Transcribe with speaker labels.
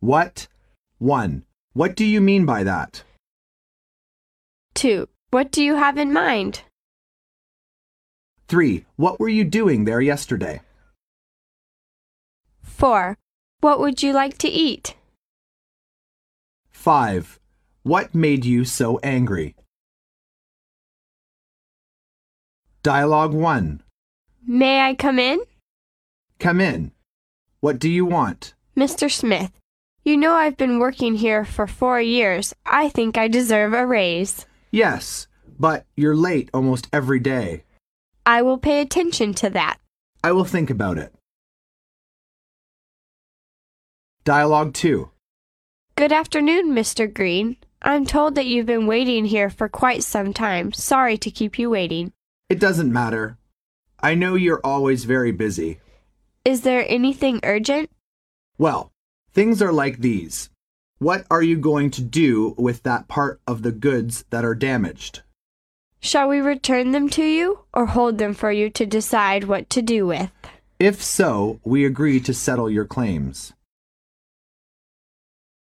Speaker 1: What? 1. What do you mean by that?
Speaker 2: 2. What do you have in mind?
Speaker 1: 3. What were you doing there yesterday?
Speaker 2: 4. What would you like to eat?
Speaker 1: 5. What made you so angry? Dialogue 1.
Speaker 2: May I come in?
Speaker 1: Come in. What do you want?
Speaker 2: Mr. Smith, you know I've been working here for four years. I think I deserve a raise.
Speaker 1: Yes, but you're late almost every day.
Speaker 2: I will pay attention to that.
Speaker 1: I will think about it. Dialogue 2.
Speaker 2: Good afternoon, Mr. Green. I'm told that you've been waiting here for quite some time. Sorry to keep you waiting.
Speaker 1: It doesn't matter. I know you're always very busy.
Speaker 2: Is there anything urgent?
Speaker 1: Well, things are like these. What are you going to do with that part of the goods that are damaged?
Speaker 2: Shall we return them to you or hold them for you to decide what to do with?
Speaker 1: If so, we agree to settle your claims.